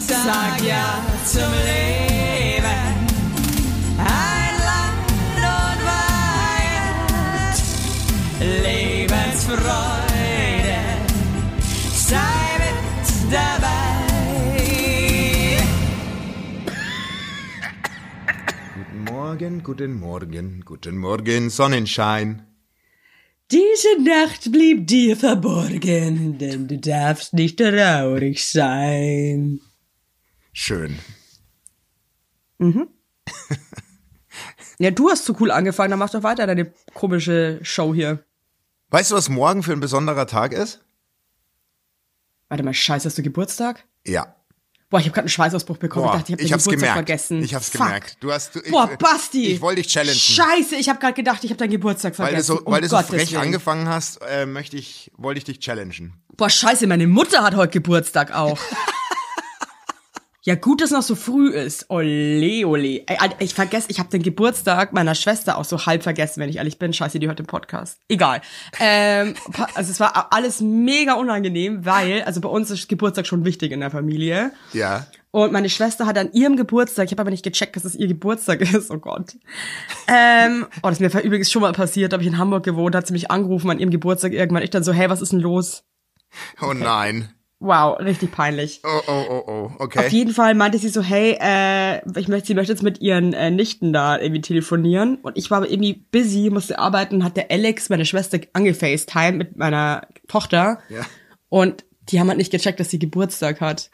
sag ja zum Leben. Ein Land und Weihend, Lebensfreude, sei mit dabei. Guten Morgen, guten Morgen, guten Morgen, Sonnenschein. Diese Nacht blieb dir verborgen, denn du darfst nicht traurig sein. Schön. Ja, du hast so cool angefangen, dann mach doch weiter deine komische Show hier. Weißt du, was morgen für ein besonderer Tag ist? Warte mal, scheiße, hast du Geburtstag? Ja. Boah, ich habe gerade einen Schweißausbruch bekommen. ich dachte, ich habe den hab's Geburtstag gemerkt. vergessen. Ich hab's Fuck. gemerkt. Du hast, du, ich, Boah, Basti! Ich wollte dich challengen. Scheiße, ich habe gerade gedacht, ich habe deinen Geburtstag Weil du vergessen. so, weil du um so Gottes frech Willen. angefangen hast, äh, möchte ich, wollte ich dich challengen. Boah, scheiße, meine Mutter hat heute Geburtstag auch. ja, gut, dass noch so früh ist. Ole, ole. Ey, Alter, Ich vergesse, ich habe den Geburtstag meiner Schwester auch so halb vergessen, wenn ich ehrlich bin. Scheiße, die hört den Podcast. Egal. Ähm, pa- also es war a- alles mega unangenehm, weil, also bei uns ist Geburtstag schon wichtig in der Familie. Ja. Und meine Schwester hat an ihrem Geburtstag, ich habe aber nicht gecheckt, dass es ihr Geburtstag ist, oh Gott. Ähm, oh, das ist mir übrigens schon mal passiert, da habe ich in Hamburg gewohnt, hat sie mich angerufen an ihrem Geburtstag irgendwann. Ich dann so, hey, was ist denn los? Oh nein. Wow, richtig peinlich. Oh, oh, oh, oh. Auf Okay. jeden Fall meinte sie so, hey, äh, ich möchte, sie möchte jetzt mit ihren äh, Nichten da irgendwie telefonieren. Und ich war aber irgendwie busy, musste arbeiten, hat der Alex, meine Schwester, angefacetime mit meiner Tochter. Ja. Und die haben halt nicht gecheckt, dass sie Geburtstag hat.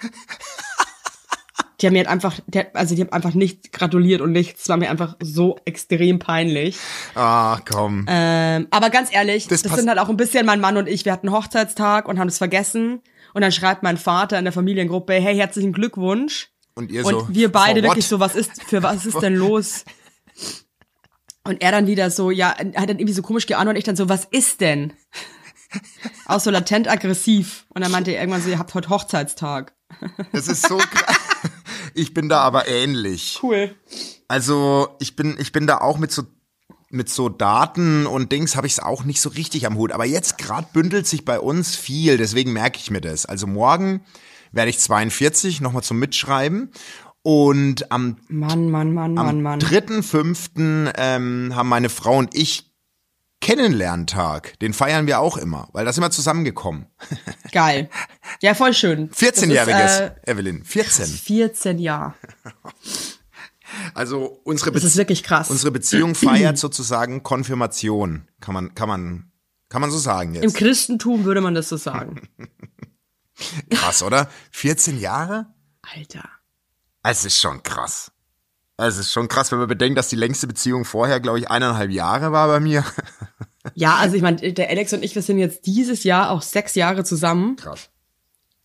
Die haben mir halt einfach, der, also die haben einfach nicht gratuliert und nichts. Es war mir einfach so extrem peinlich. Ah, komm. Ähm, aber ganz ehrlich, Das das, passt- sind halt auch ein bisschen mein Mann und ich. Wir hatten einen Hochzeitstag und haben es vergessen. Und dann schreibt mein Vater in der Familiengruppe, hey, herzlichen Glückwunsch. Und ihr so, Und wir Also, beide for what? wirklich so, was ist, für was ist denn los? Und er dann wieder so, ja, er hat dann irgendwie so komisch geantwortet und ich dann so, was ist denn? Auch so latent aggressiv. Und dann meinte er irgendwann so, ihr habt heute Hochzeitstag. Das ist so krass. Ich bin da aber ähnlich. Cool. Also ich bin, ich bin da auch mit so mit so Daten und Dings habe ich es auch nicht so richtig am Hut. Aber jetzt gerade bündelt sich bei uns viel, deswegen merke ich mir das. Also morgen werde ich 42, nochmal zum Mitschreiben. Und am, Mann, Mann, Mann, Mann, am Mann. 3.5. Ähm, haben meine Frau und ich Kennenlerntag. Den feiern wir auch immer, weil da sind wir zusammengekommen. Geil. Ja, voll schön. Das ist, 14-Jähriges, äh, Evelyn, 14. 14 Jahre. Also unsere Das ist Bezie- wirklich krass. Unsere Beziehung feiert sozusagen Konfirmation. Kann man, kann man, kann man so sagen Im jetzt. Christentum würde man das so sagen. Krass, oder? 14 Jahre? Alter. Es ist schon krass. Es ist schon krass, wenn man bedenkt, dass die längste Beziehung vorher, glaube ich, eineinhalb Jahre war bei mir. Ja, also ich meine, der Alex und ich, wir sind jetzt dieses Jahr auch sechs Jahre zusammen. Krass.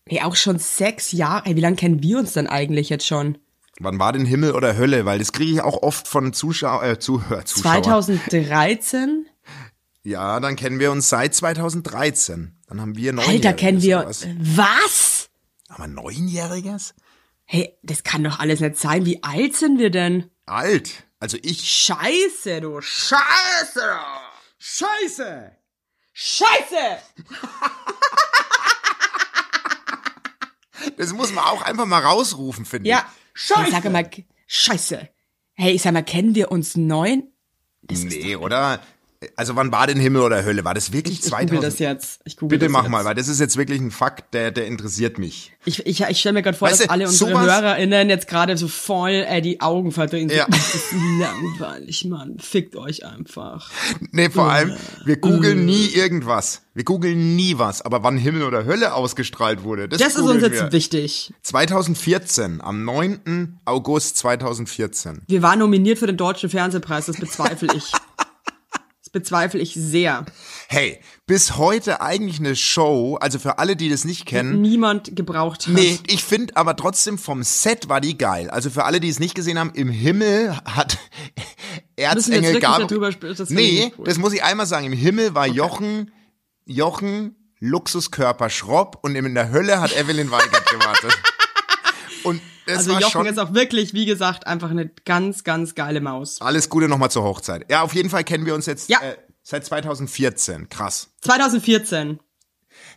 Ey, auch schon sechs Jahre. Ey, wie lange kennen wir uns denn eigentlich jetzt schon? Oh, Wann war denn Himmel oder Hölle? Weil das kriege ich auch oft von Zuschauer, äh, Zuhör, Zuschauer. 2013? Ja, dann kennen wir uns seit 2013. Dann haben wir neunjähriges. Alter, kennen wir. oder was? Was? Aber neunjähriges? Hey, das kann doch alles nicht sein. Wie alt sind wir denn? Alt. Also ich. Scheiße, du Sch Scheiße! Scheiße! Scheiße! Das muss man auch einfach mal rausrufen, finde Ja. ich. Ich sage mal, Scheiße. Hey, ich sag mal, kennen wir uns neun? nee, oder? Also wann war denn Himmel oder Hölle? War das wirklich Ich 2000? google das jetzt. Ich google Bitte das mach jetzt. mal, weil das ist jetzt wirklich ein Fakt, der, der interessiert mich. Ich, ich, ich stelle mir gerade vor, Weißt dass du, alle unsere sowas- HörerInnen jetzt gerade so voll äh, die Augen verdrehen. Ja. Ja. Das ist langweilig, Mann. Fickt euch einfach. Oh Nee, vor allem, wir googeln nie irgendwas. Wir googeln nie was. Aber wann Himmel oder Hölle ausgestrahlt wurde, das, Das ist uns googeln jetzt wir. wichtig. 2014, am 9. August 2014. Wir waren nominiert für den Deutschen Fernsehpreis, das bezweifle ich. Das bezweifle ich sehr. Hey, bis heute eigentlich eine Show, also für alle, die das nicht kennen, Niemand gebraucht hat. Nee, ich finde aber trotzdem vom Set war die geil. Also für alle, die es nicht gesehen haben, im Himmel hat Müssen wir jetzt Erzengel wirklich Gabriel. darüber sprechen? Das finde ich nee, nicht cool. das muss ich einmal sagen. Im Himmel war Jochen, Jochen, Luxuskörper Schropp und in der Hölle hat Evelyn Weigert gewartet. Und das Also war Jochen schon. ist auch wirklich, wie gesagt, einfach eine ganz, ganz geile Maus. Alles Gute nochmal zur Hochzeit. Ja, auf jeden Fall kennen wir uns jetzt Ja. äh, seit 2014. Krass. 2014.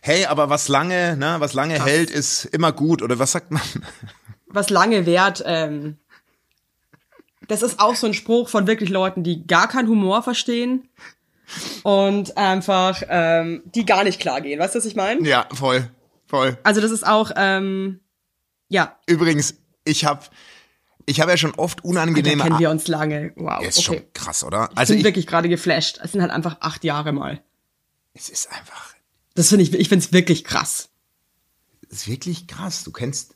Hey, aber was lange, ne, was lange hält, ist immer gut. Oder was sagt man? was lange währt, ähm, das ist auch so ein Spruch von wirklich Leuten, die gar keinen Humor verstehen und einfach, ähm, die gar nicht klar gehen. Weißt du, was ich meine? Ja, voll. Voll. Also das ist auch, ähm, ja, Übrigens, ich habe ich hab ja schon oft da unangenehme. kennen A- wir uns lange. Wow, Ja, ist okay. schon krass, oder? Ich Also bin ich, wirklich gerade geflasht. Es sind halt einfach acht Jahre mal. es ist einfach, Das finde ich, ich finde es wirklich krass. es ist wirklich krass. Du kennst,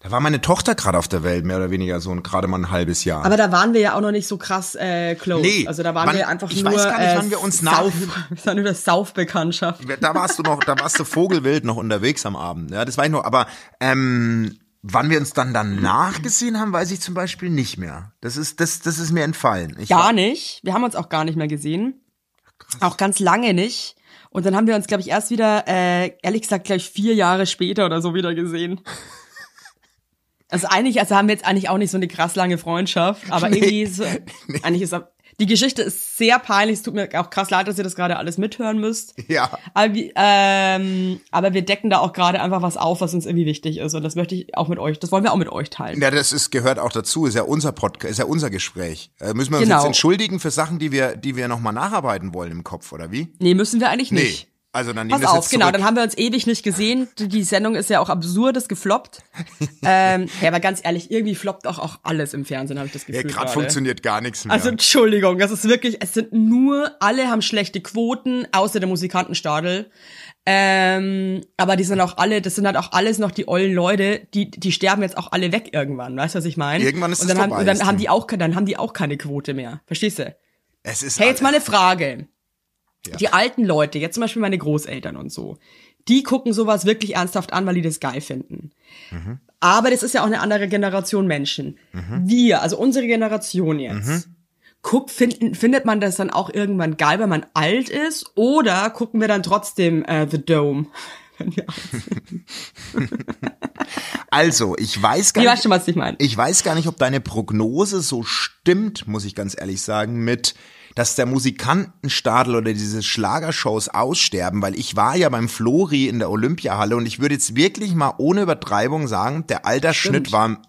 da war meine Tochter gerade auf der Welt, mehr oder weniger so ein gerade mal ein halbes Jahr. Aber da waren wir ja auch noch nicht so krass äh, close. Nee, also da waren wann- wir einfach ich nur weiß gar nicht, äh, wann wir uns nach- Sauf, wir waren nur Saufbekanntschaft. da warst du noch, da warst du vogelwild noch unterwegs am Abend. Ja, das weiß ich noch. Aber ähm, wann wir uns dann danach gesehen haben, weiß ich zum Beispiel nicht mehr. Das ist, das, das ist mir entfallen. Ich Gar war- nicht. Wir haben uns auch gar nicht mehr gesehen. Auch ganz lange nicht. Und dann haben wir uns, glaube ich, erst wieder, äh, ehrlich gesagt, gleich vier Jahre später oder so wieder gesehen. Also eigentlich, also haben wir jetzt eigentlich auch nicht so eine krass lange Freundschaft, aber irgendwie so, eigentlich ist die Geschichte ist sehr peinlich. Es tut mir auch krass leid, dass ihr das gerade alles mithören müsst. Ja. Aber, wir- ähm, aber wir decken da auch gerade einfach was auf, was uns irgendwie wichtig ist. Und das möchte ich auch mit euch, das wollen wir auch mit euch teilen. Ja, das ist, gehört auch dazu. Ist ja unser Podcast, ist ja unser Gespräch. Äh, müssen wir uns Genau. jetzt entschuldigen für Sachen, die wir, die wir nochmal nacharbeiten wollen im Kopf, oder wie? Nee, müssen wir eigentlich Nee. nicht. Also dann nehmen Pass wir es auf, jetzt genau, zurück. dann haben wir uns ewig nicht gesehen. Die- Die Sendung ist ja auch absurdes gefloppt. ähm, ja, aber ganz ehrlich, irgendwie floppt auch, auch alles im Fernsehen, habe ich das ja, Gefühl. gerade gerade. funktioniert gar nichts mehr. Also Entschuldigung, das ist wirklich, es sind nur, alle haben schlechte Quoten, außer der Musikantenstadel. Ähm, aber die sind auch alle, das sind halt auch alles noch die ollen Leute, die, die sterben jetzt auch alle weg irgendwann, weißt du, was ich meine? Irgendwann ist und es ne? dann haben, vorbei, Und dann das haben Ding. die auch, ke- dann haben die auch keine Quote mehr. Verstehst du? es ist Hey, jetzt mal alles- eine Frage. Ja. Die alten Leute, jetzt zum Beispiel meine Großeltern und so, die gucken sowas wirklich ernsthaft an, weil die das geil finden. Mhm. Aber das ist ja auch eine andere Generation Menschen. Wir, also unsere Generation jetzt, Mhm. guckt, finden, findet man das dann auch irgendwann geil, wenn man alt ist? Oder gucken wir dann trotzdem äh, The Dome? Wenn wir alt sind? Also, ich weiß gar Ich nicht. weiß schon, was ich meine. Ich weiß gar nicht, ob deine Prognose so stimmt, muss ich ganz ehrlich sagen, mit, dass der Musikantenstadel oder diese Schlagershows aussterben, weil ich war ja beim Flori in der Olympiahalle und ich würde jetzt wirklich mal ohne Übertreibung sagen, der Altersschnitt Stimmt. war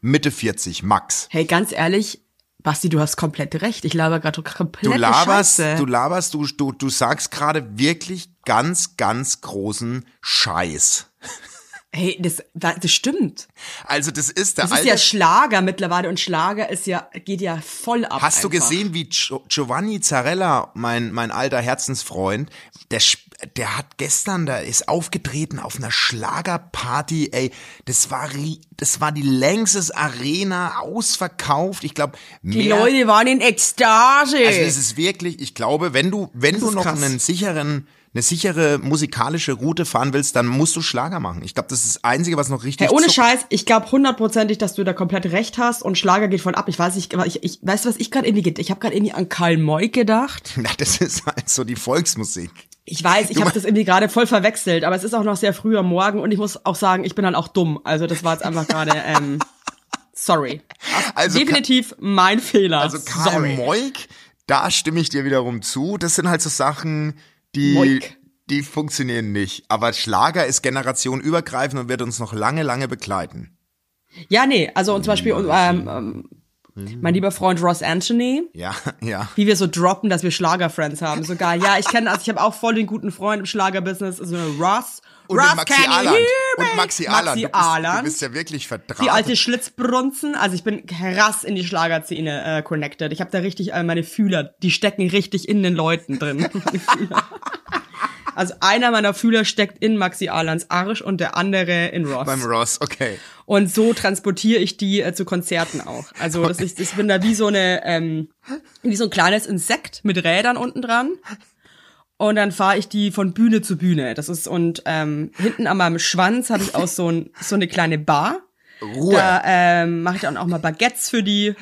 Mitte 40, Max. Hey, ganz ehrlich, Basti, du hast komplett recht. Ich laber gerade komplett Du laberst, Scheiße. du laberst, du, du, du sagst gerade wirklich ganz, ganz großen Scheiß. Hey, das, das stimmt. Also das ist der Das ist ja Alters- Schlager mittlerweile und Schlager ist ja, geht ja voll ab. Hast du einfach. gesehen, wie Gio- Giovanni Zarella, mein, mein alter Herzensfreund, der, sp- der hat gestern, da ist aufgetreten auf einer Schlagerparty, ey, das war, ri- das war die längstes Arena, ausverkauft, ich glaube, mehr. Die Leute waren in Ekstase. Also es ist wirklich, ich glaube, wenn du, wenn du ist noch krass. einen sicheren, eine sichere musikalische Route fahren willst, dann musst du Schlager machen. Ich glaube, das ist das Einzige, was noch richtig Hey, ohne zuckt. Scheiß, ich glaube hundertprozentig, dass du da komplett recht hast und Schlager geht voll ab. Ich weiß nicht, aber ich, ich weißt du, was ich gerade irgendwie geht. Ich habe gerade irgendwie an Karl Moik gedacht. Na, das ist halt so die Volksmusik. Ich weiß, ich habe das irgendwie gerade voll verwechselt, aber es ist auch noch sehr früh am Morgen und ich muss auch sagen, ich bin dann auch dumm. Also das war jetzt einfach gerade ähm, sorry. Also Definitiv mein Fehler. Also Karl sorry. Moik, da stimme ich dir wiederum zu. Das sind halt so Sachen, die, Moik. die funktionieren nicht. Aber Schlager ist generationenübergreifend und wird uns noch lange, lange begleiten. Ja, nee, also und zum Beispiel Hm, ähm, ähm, mein lieber Freund Ross Anthony, Ja, ja. wie wir so droppen, dass wir Schlagerfriends haben. So geil. Ja, ich kenne, also ich habe auch voll den guten Freund im Schlagerbusiness, also Ross. Und Ross den Maxi can you Arland. hear me? Und Maxi Arland. Du, Maxi bist- du Arland. bist ja wirklich Die alte verdrahtet. Schlitzbrunzen, also ich bin krass in die Schlagerszene äh, connected. Ich habe da richtig äh, meine Fühler, die stecken richtig in den Leuten drin. Meine Fühler. also einer meiner Fühler steckt in Maxi Arlands Arsch und der andere in Ross. Beim Ross, okay. Und so transportiere ich die äh, zu Konzerten auch. Also das ist, ich bin da wie so eine, ähm, wie so ein kleines Insekt mit Rädern unten dran. Und dann fahre ich die von Bühne zu Bühne. Das ist und ähm, hinten an meinem Schwanz habe ich auch so, ein, so eine kleine Bar. Ruhe. Da ähm, mache ich dann auch mal Baguettes für die.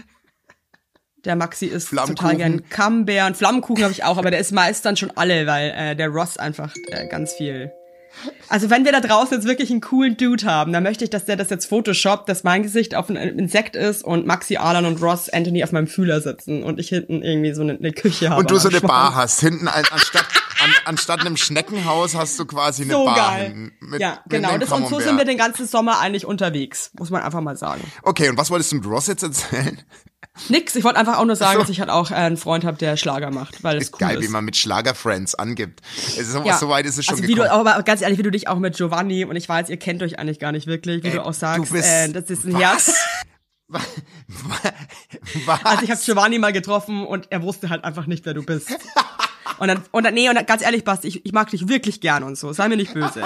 Der Maxi isst total Flammkuchen. gern Camembert und Flammenkuchen habe ich auch, aber der ist meist dann schon alle, weil äh, der Ross einfach äh, ganz viel. Also wenn wir da draußen jetzt wirklich einen coolen Dude haben, dann möchte ich, dass der das jetzt Photoshop, dass mein Gesicht auf einem Insekt ist und Maxi, Alan und Ross Anthony auf meinem Fühler sitzen und ich hinten irgendwie so eine, eine Küche habe. und du so am eine Schwanz. Bar hast, hinten ein, anstatt, an, anstatt einem Schneckenhaus hast du quasi eine So Bar geil. hin- mit- ja, mit genau. dem Das, und so Camembert. sind wir den ganzen Sommer eigentlich unterwegs, muss man einfach mal sagen. Okay, und was wolltest du mit Ross jetzt erzählen? Nix, ich wollte einfach auch nur sagen, So. dass ich halt auch äh, einen Freund habe, der Schlager macht, weil das ist cool geil, ist. wie man mit Schlagerfriends angibt. Es ist, so, Ja. so weit ist es schon also wie gekommen. du, aber ganz ehrlich, wie du dich auch mit Giovanni und ich weiß, ihr kennt euch eigentlich gar nicht wirklich, wie Ey, du auch sagst, du bist- äh, das ist ein was? Herz. Was? Also ich habe Giovanni mal getroffen und er wusste halt einfach nicht, wer du bist. Und dann, und dann nee, und dann, ganz ehrlich, Basti, ich, ich mag dich wirklich gern und so, sei mir nicht böse.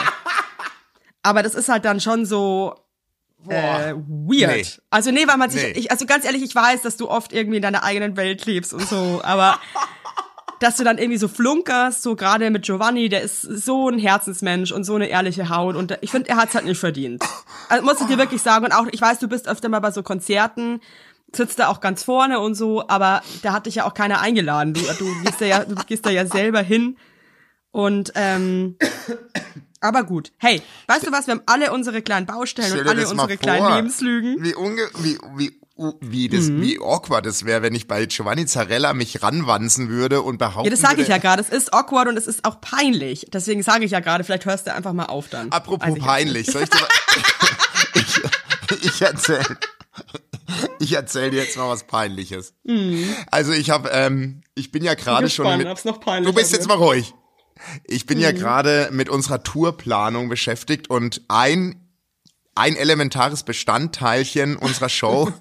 Aber das ist halt dann schon so äh, weird. Nee. Also nee, weil man sich, Nee. ich, also ganz ehrlich, ich weiß, dass du oft irgendwie in deiner eigenen Welt lebst und so, aber dass du dann irgendwie so flunkerst, so gerade mit Giovanni, der ist so ein Herzensmensch und so eine ehrliche Haut und ich finde, er hat's halt nicht verdient. Also muss ich dir wirklich sagen und auch, ich weiß, du bist öfter mal bei so Konzerten, sitzt da auch ganz vorne und so, aber da hat dich ja auch keiner eingeladen. Du, du gehst da ja, du gehst da ja selber hin und ähm, aber gut. Hey, weißt du was? Wir haben alle unsere kleinen Baustellen Stell und dir alle das mal unsere kleinen vor. Lebenslügen. Mhm. Wie, unge wie, wie, u- wie, das, wie awkward das wäre, wenn ich bei Giovanni Zarella mich ranwanzen würde und behaupten Ja, das sage würde, ich ja gerade. Es ist awkward und es ist auch peinlich. Deswegen sage ich ja gerade, vielleicht hörst du einfach mal auf dann. Apropos Weiß Also, ich jetzt peinlich, soll ich dir was- ich, ich erzähl, ich erzähl dir jetzt mal was Peinliches. Also ich habe, ähm, ich bin ja gerade Mhm. bin schon gespannt, mit, ob's noch peinlicher du bist jetzt wird. mal ruhig. Mhm. Ich bin ja gerade mit unserer Tourplanung beschäftigt und ein ein elementares Bestandteilchen unserer Show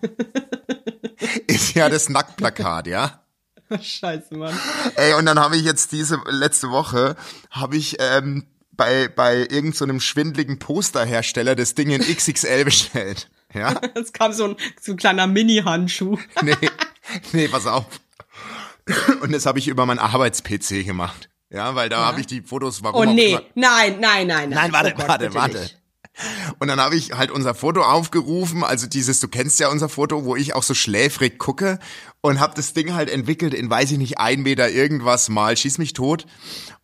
ist ja das Nacktplakat, ja. nicht. Scheiße, Mann. Ey, und dann habe ich jetzt diese letzte Woche, habe ich ähm, bei, bei irgendeinem so einem schwindligen Posterhersteller das Ding in XXL bestellt. Ja? Es kam so ein, so ein kleiner Mini-Handschuh. Nee, nee, pass auf. Und das habe ich über meinen Arbeits-PC gemacht. Ja, weil da habe ich die Fotos, warum Oh auch nee, immer- nein, nein, nein, nein. Nein, warte, oh Gott, warte, bitte warte. nicht. Und dann habe ich halt unser Foto aufgerufen, also dieses, du kennst ja unser Foto, wo ich auch so schläfrig gucke und habe das Ding halt entwickelt in, weiß ich nicht, ein Meter irgendwas mal, schieß mich tot.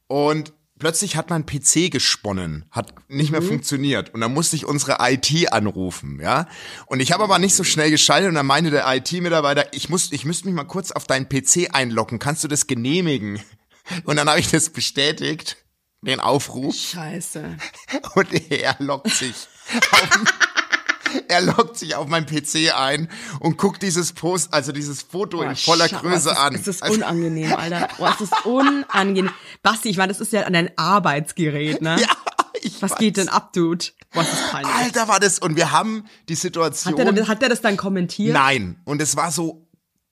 Und plötzlich hat mein PC gesponnen, hat nicht Mhm. mehr funktioniert. Und dann musste ich unsere IT anrufen, ja. Und ich habe aber nicht so schnell geschaltet und dann meinte der IT-Mitarbeiter, ich muss, ich müsste mich mal kurz auf deinen PC einloggen, kannst du das genehmigen? Und dann habe ich das bestätigt, den Aufruf. Scheiße. Und er lockt sich. Auf, er lockt sich auf meinen PC ein und guckt dieses Post, also dieses Foto in voller Scha- Größe oh, es ist, an. Es ist also, unangenehm, Alter. Oh, es ist unangenehm. Basti, ich meine, das ist ja dein Arbeitsgerät, ne? ja, ich Was weiß. geht denn ab, Dude? Was ist peinlich? Alter, war das und wir haben die Situation. Hat der, dann- hat der das dann kommentiert? Nein, und es war so,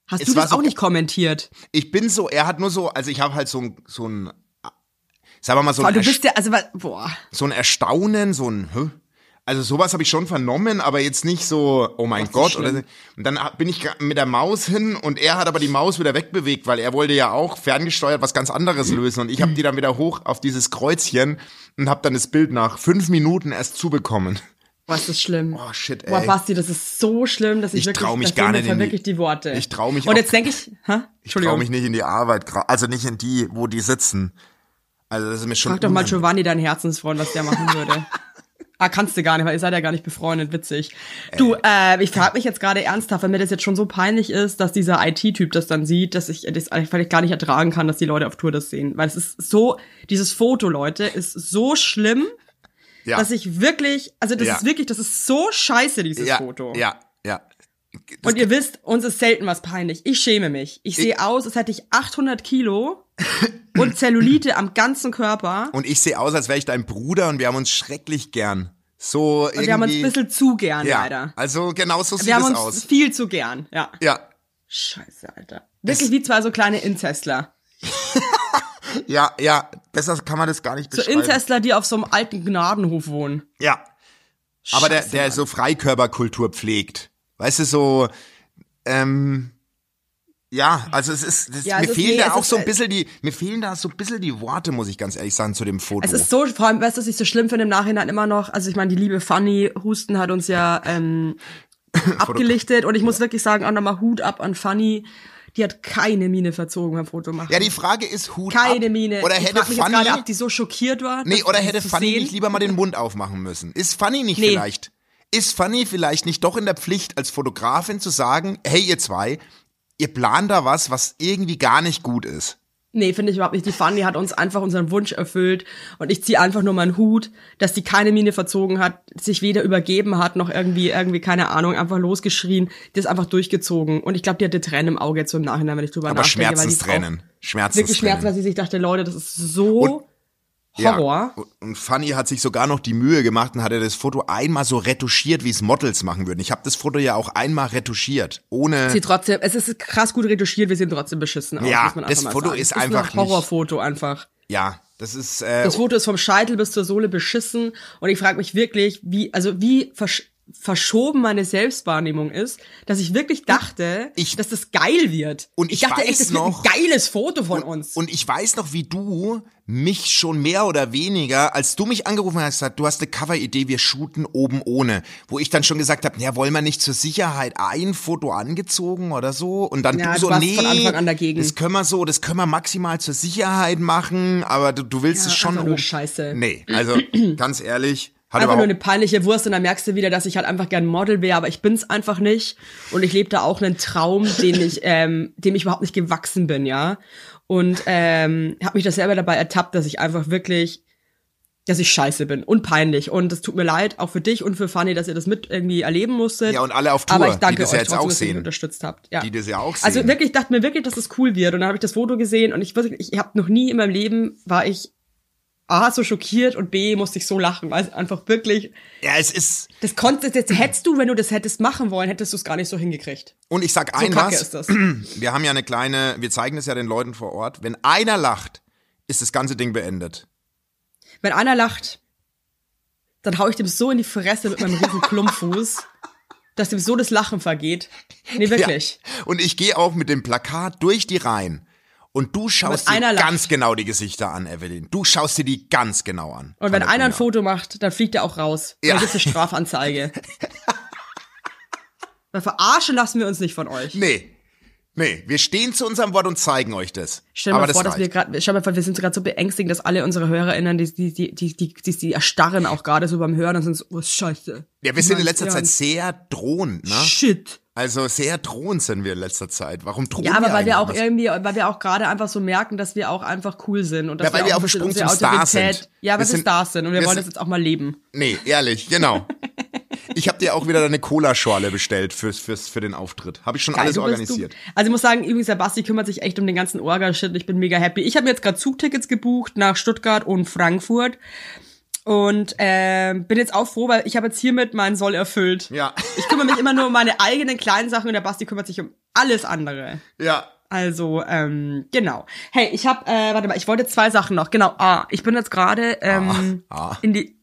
Hast es du war das so- auch nicht kommentiert? ich bin so, er hat nur so, also ich habe halt so ein so ein sagen wir mal so Boah, ein, du Erst- bist ja, also, wa- boah. so ein Erstaunen, so ein Hä? Also sowas habe ich schon vernommen, aber jetzt nicht so, oh mein ist Gott. schlimm. Oder, und dann bin ich mit der Maus hin und er hat aber die Maus wieder wegbewegt, weil er wollte ja auch ferngesteuert was ganz anderes lösen. Und ich habe die dann wieder hoch auf dieses Kreuzchen und habe dann das Bild nach fünf Minuten erst zubekommen. Boah, ist das schlimm. Oh, shit, Boah, ey. Basti, das ist so schlimm, dass ich, Ich wirklich, trau mich da gar fehlen mir nicht in die- wirklich die Worte. Ich trau mich Und auch- jetzt denke ich, hä? Ich traue Entschuldigung. mich nicht in die Arbeit, gra- also nicht in die, wo die sitzen. Also das ist mir schon Frag doch mal unangenehm. Giovanni, deinen Herzensfreund, was der machen würde. Ah, kannst du gar nicht, weil ihr seid ja gar nicht befreundet, witzig. Du, äh, ich frage mich jetzt gerade ernsthaft, wenn mir das jetzt schon so peinlich ist, dass dieser IT-Typ das dann sieht, dass ich das vielleicht gar nicht ertragen kann, dass die Leute auf Tour das sehen. Weil es ist so, dieses Foto, Leute, ist so schlimm, ja. dass ich wirklich, also das Ja. ist wirklich, das ist so scheiße, dieses ja, Foto. Ja, ja. Und ihr wisst, uns ist selten was peinlich. Ich schäme mich. Ich sehe aus, als hätte ich 800 Kilo und Zellulite am ganzen Körper. Und ich sehe aus, als wäre ich dein Bruder und wir haben uns schrecklich gern. So irgendwie. Und wir haben uns ein bisschen zu gern, ja, leider. Also genau so sieht Wir haben es uns aus. viel zu gern, ja. Ja, Scheiße, Alter. Wirklich wie zwei so kleine Inzestler. ja, ja. Besser kann man das gar nicht So beschreiben. Inzestler, die auf so einem alten Gnadenhof wohnen. ja. Aber der, Scheiße, der Mann. so Freikörperkultur pflegt. Weißt du, so, ähm, ja, also es ist, das, Ja, mir es ist- fehlen nee, da es auch ist, so ein äh, bisschen die, mir fehlen da so ein bisschen die Worte, muss ich ganz ehrlich sagen, zu dem Foto. Es ist so, vor allem, weißt du, was ich so schlimm finde im Nachhinein immer noch? Also ich meine, die liebe Fanny Husten hat uns ja ähm, abgelichtet und ich muss wirklich sagen, auch nochmal Hut ab an Fanny. Die hat keine Miene verzogen beim Fotomachen. ja, die Frage ist, Hut keine ab, Miene. Oder ich hätte frag mich jetzt Fanny, gerade, ob die so schockiert war. nee, das- oder das hätte zu Fanny sehen. nicht lieber mal den Mund aufmachen müssen? Ist Fanny nicht Nee. vielleicht? Ist Fanny vielleicht nicht doch in der Pflicht, als Fotografin zu sagen, hey, ihr zwei, ihr plant da was, was irgendwie gar nicht gut ist? Nee, finde ich überhaupt nicht. Die Fanny hat uns einfach unseren Wunsch erfüllt und ich ziehe einfach nur meinen Hut, dass die keine Miene verzogen hat, sich weder übergeben hat noch irgendwie irgendwie keine Ahnung einfach losgeschrien, die ist einfach durchgezogen und ich glaube, die hatte Tränen im Auge jetzt so im Nachhinein, wenn ich drüber Aber nachdenke, weil die Frau Schmerzenstränen. wirklich Schmerzen, Schmerzenstränen. weil sie sich dachte, Leute, das ist so Horror. Ja. Und Fanny hat sich sogar noch die Mühe gemacht und hatte das Foto einmal so retuschiert, wie es Models machen würden. Ich habe das Foto ja auch einmal retuschiert, ohne. Sie trotzdem, es ist krass gut retuschiert, wir sehen trotzdem beschissen aus. Ja, muss man einfach das mal Foto sagen. ist Es ein einfach nicht- Horrorfoto einfach. Ja, das ist. Äh, Das Foto ist vom Scheitel bis zur Sohle beschissen und ich frage mich wirklich, wie also wie versch verschoben meine Selbstwahrnehmung ist, dass ich wirklich dachte, Ich- dass das geil wird. Und ich dachte weiß echt, das wird noch- ein geiles Foto von uns. Und ich weiß noch, wie du mich schon mehr oder weniger, als du mich angerufen hast, gesagt, du hast eine Cover-Idee, wir shooten oben ohne. Wo ich dann schon gesagt habe, ja, wollen wir nicht zur Sicherheit ein Foto angezogen oder so? Und dann Ja, du du so, warst nee, von Anfang an dagegen. das können wir so, das können wir maximal zur Sicherheit machen, aber du, du willst Ja, es schon einfach nur oben- Scheiße. Nee, also ganz ehrlich, hat Einfach nur eine überhaupt... peinliche Wurst und dann merkst du wieder, dass ich halt einfach gern Model wäre, aber ich bin's einfach nicht und ich lebe da auch einen Traum, den ich, ähm, dem ich überhaupt nicht gewachsen bin, ja. Und ähm, habe mich das selber dabei ertappt, dass ich einfach wirklich, dass ich scheiße bin und peinlich und das tut mir leid, auch für dich und für Fanny, dass ihr das mit irgendwie erleben musstet. Ja, und alle auf aber Tour, ich danke die das euch ja jetzt trotzdem, auch dass ihr mich sehen. unterstützt habt. Ja. Die das ja auch Also sehen. wirklich, ich dachte mir wirklich, dass das cool wird und dann habe ich das Foto gesehen und ich wirklich, ich habe noch nie in meinem Leben war ich A, so schockiert und B, musste ich so lachen, weil es einfach wirklich, Ja, es ist... das konntest, das hättest du, wenn du das hättest machen wollen, hättest du es gar nicht so hingekriegt. Und ich sag So ein kacke was, ist das. wir haben ja eine kleine, wir zeigen das ja den Leuten vor Ort. Wenn einer lacht, ist das ganze Ding beendet. Wenn einer lacht, dann hau ich dem so in die Fresse mit meinem riesen Klumpfuß, dass dem so das Lachen vergeht. Nee, wirklich. Ja. Und ich gehe auch mit dem Plakat durch die Reihen. Und du schaust dir einer lacht. ganz genau die Gesichter an, Evelyn. Du schaust dir die ganz genau an. Und wenn Kann einer ein ich mir- Foto macht, dann fliegt er auch raus. Ja. Ja. Dann gibt's eine Strafanzeige. Weil verarschen lassen wir uns nicht von euch. Nee. Nee, wir stehen zu unserem Wort und zeigen euch das. Stell dir Aber mal vor, das dass reicht. wir gerade, stell dir mal vor, wir sind gerade so beängstigt, dass alle unsere HörerInnen, die, die, die, die, die, die, die erstarren auch gerade so beim Hören und sind so, oh, scheiße. Ja, wir sind in Mann, letzter ja. Zeit sehr drohend, ne? Shit. Also sehr drohend sind wir in letzter Zeit. Warum drohen Ja, aber weil wir auch eigentlich? irgendwie, weil wir auch gerade einfach so merken, dass wir auch einfach cool sind und dass Ja, weil wir auch auf dem ein bisschen Sprung unsere zum Star Autorität- sind. Wir Ja, weil wir sind- Stars sind und wir, wir wollen sind- das jetzt auch mal leben. Nee, ehrlich, genau. Ich habe dir auch wieder deine Cola-Schorle bestellt fürs, fürs, für den Auftritt. Habe ich schon alles du bist organisiert. Du. Also ich muss sagen, übrigens, der Basti kümmert sich echt um den ganzen Orga-Shit. Ich bin mega happy. Ich habe jetzt gerade Zugtickets gebucht nach Stuttgart und Frankfurt. Und ähm, bin jetzt auch froh, weil ich habe jetzt hiermit meinen Soll erfüllt. Ja, Ich kümmere mich immer nur um meine eigenen kleinen Sachen und der Basti kümmert sich um alles andere. ja. Also, ähm, genau. Hey, ich habe, äh, warte mal, ich wollte zwei Sachen noch. Genau, ah, ich bin jetzt gerade ähm, Ah, ah. in die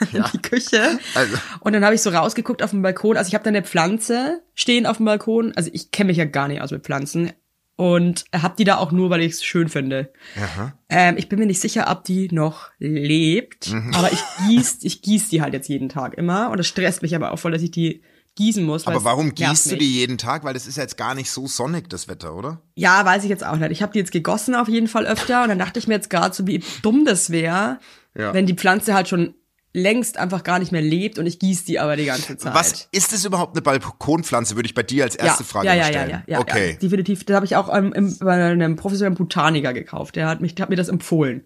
in die Küche Also. und dann habe ich so rausgeguckt auf dem Balkon. Also ich habe da eine Pflanze stehen auf dem Balkon. Also ich kenne mich ja gar nicht aus mit Pflanzen und habe die da auch nur, weil ich es schön finde. Ähm, ich bin mir nicht sicher, ob die noch lebt, Mhm. aber ich gieß, ich gieß die halt jetzt jeden Tag immer und das stresst mich aber auch voll, dass ich die gießen muss. weil Aber es warum nervt gießt du mich. die jeden Tag? Weil das ist ja jetzt gar nicht so sonnig, das Wetter, oder? Ja, weiß ich jetzt auch nicht. Ich habe die jetzt gegossen auf jeden Fall öfter und dann dachte ich mir jetzt gerade so, wie dumm das wäre, Ja. wenn die Pflanze halt schon längst einfach gar nicht mehr lebt und ich gieß die aber die ganze Zeit. Was ist das überhaupt eine Balkonpflanze, würde ich bei dir als erste Frage ja, ja, stellen. Ja, ja, ja, okay. ja, definitiv. Das habe ich auch ähm, im, bei einem professionellen Botaniker gekauft. Der hat, mich, der hat mir das empfohlen.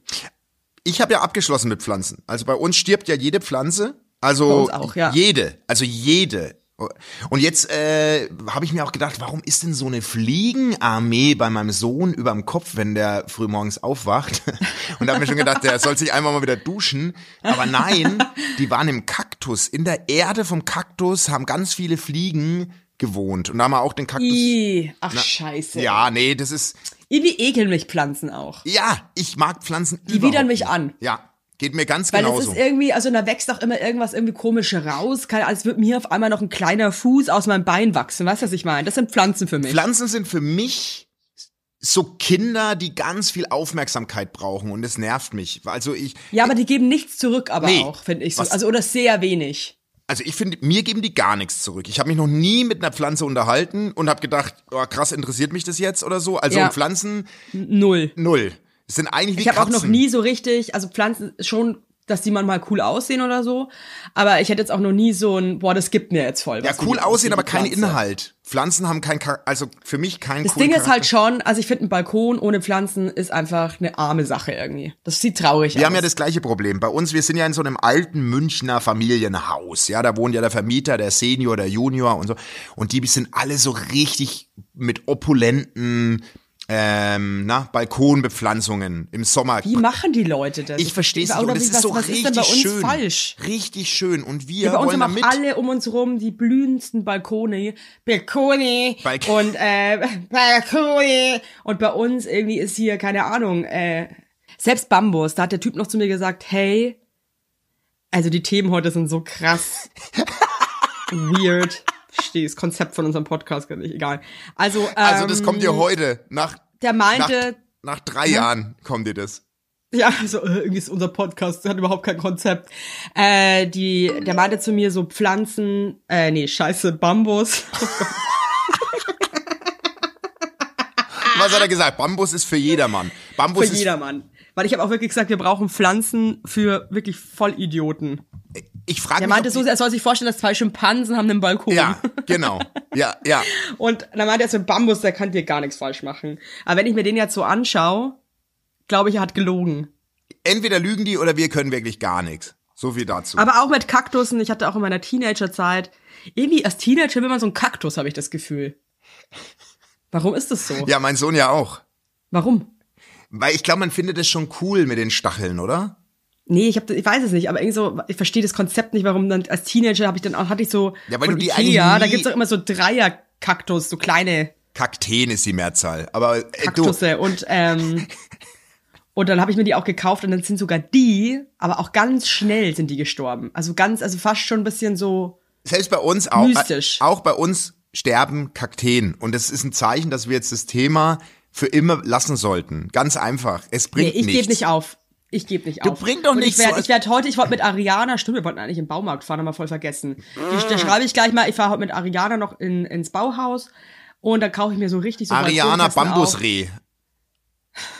Ich habe ja abgeschlossen mit Pflanzen. Also bei uns stirbt ja jede Pflanze. Also Bei uns auch, ja. jede. Also jede. Und jetzt äh, habe ich mir auch gedacht, warum ist denn so eine Fliegenarmee bei meinem Sohn überm Kopf, wenn der frühmorgens aufwacht? Und da habe mir schon gedacht, der soll sich einmal mal wieder duschen. Aber nein, die waren im Kaktus. In der Erde vom Kaktus haben ganz viele Fliegen gewohnt. Und da haben wir auch den Kaktus. Ih, ach scheiße. Ja, nee, das ist. Irgendwie ekeln mich Pflanzen auch. Ja, ich mag Pflanzen. Die widern mich an. Ja, geht mir ganz Weil genauso. es ist irgendwie, also da wächst auch immer irgendwas irgendwie komisch raus. Keine Ahnung, als würde mir auf einmal noch ein kleiner Fuß aus meinem Bein wachsen. Weißt du, was ich meine? Das sind Pflanzen für mich. Pflanzen sind für mich so Kinder, die ganz viel Aufmerksamkeit brauchen und das nervt mich. Also ich, Ja, aber die geben nichts zurück, aber Nee. auch, finde ich so. Was- Also oder sehr wenig. also ich finde, mir geben die gar nichts zurück. Ich habe mich noch nie mit einer Pflanze unterhalten und habe gedacht, oh, krass, interessiert mich das jetzt oder so. Also Ja. Pflanzen Null. null. Es sind eigentlich wie Ich habe auch noch Katzen. nie so richtig, also Pflanzen schon dass die manchmal cool aussehen oder so. Aber ich hätte jetzt auch noch nie so ein, boah, das gibt mir jetzt voll. Ja, was cool die- aussehen, die aber kein Pflanze. Inhalt. Pflanzen haben kein, Char- also für mich kein Das Ding ist halt schon, also ich finde, ein Balkon ohne Pflanzen ist einfach eine arme Sache irgendwie. Das sieht traurig Wir aus. haben ja das gleiche Problem. Bei uns, wir sind ja in so einem alten Münchner Familienhaus. Ja, da wohnt ja der Vermieter, der Senior, der Junior und so. Und die sind alle so richtig mit opulenten ähm, na, Balkonbepflanzungen im Sommer. Wie machen die Leute das? ich verstehe es war nicht. auch Und noch das nicht, ist so was, was richtig ist denn bei uns schön. falsch? Richtig schön. Und wir Bei uns wollen da haben mit. auch alle um uns rum die blühendsten Balkone, Balkone Balk- und äh, Balkone und bei uns irgendwie ist hier keine Ahnung. Äh, selbst Bambus, da hat der Typ noch zu mir gesagt, hey, also die Themen heute sind so krass, weird. Verstehe das Konzept von unserem Podcast gar nicht. Egal. Also ähm, also das kommt dir heute nach. der meinte- nach, nach drei Jahren kommt dir das. Ja, also äh, irgendwie ist unser Podcast, hat überhaupt kein Konzept. Äh, die, der meinte zu mir so Pflanzen, äh, nee, scheiße, Bambus. Was hat er gesagt? Bambus ist für jedermann. Bambus für ist jedermann. Weil ich habe auch wirklich gesagt, wir brauchen Pflanzen für wirklich Vollidioten. Ich frage Er mich. meinte ob so, die- er soll sich vorstellen, dass zwei Schimpansen haben einen Balkon. ja, genau. Ja, ja. Und dann meinte er so, Bambus, der kann dir gar nichts falsch machen. Aber wenn ich mir den jetzt so anschaue, glaube ich, er hat gelogen. Entweder lügen die oder wir können wirklich gar nichts. So viel dazu. Aber auch mit Kaktussen, ich hatte auch in meiner Teenagerzeit, irgendwie als Teenager will man so einen Kaktus, habe ich das Gefühl. Warum ist das so? ja, mein Sohn ja auch. Warum? Weil ich glaube, man findet es schon cool mit den Stacheln, oder? Nee, ich, hab, ich weiß es nicht, aber irgendwie so, ich verstehe das Konzept nicht, warum dann als Teenager habe ich dann auch, hatte ich so Ja, weil von du die Ikea, eigentlich da nie- Äh, gibt's auch immer so Dreier-Kaktus, so kleine Kakteen ist die Mehrzahl. Aber äh, du, Kaktusse und ähm, und dann habe ich mir die auch gekauft und dann sind sogar die, aber auch ganz schnell sind die gestorben. Also ganz, also fast schon ein bisschen so, selbst bei uns auch, äh, Mystisch. auch bei uns sterben Kakteen. Und das ist ein Zeichen, dass wir jetzt das Thema für immer lassen sollten. Ganz einfach. Es nee, bringt ich nichts. gebe nicht auf. Ich gebe nicht auf. bring doch und nicht Ich werde so- ich werd heute, ich wollte mit Ariana, stimmt, wir wollten eigentlich im Baumarkt fahren, haben wir voll vergessen. Ich, Mm. da schreibe ich gleich mal, ich fahre heute mit Ariana noch in, ins Bauhaus und dann kaufe ich mir so richtig so Ariana Balkonkästen auf. Bambusreh.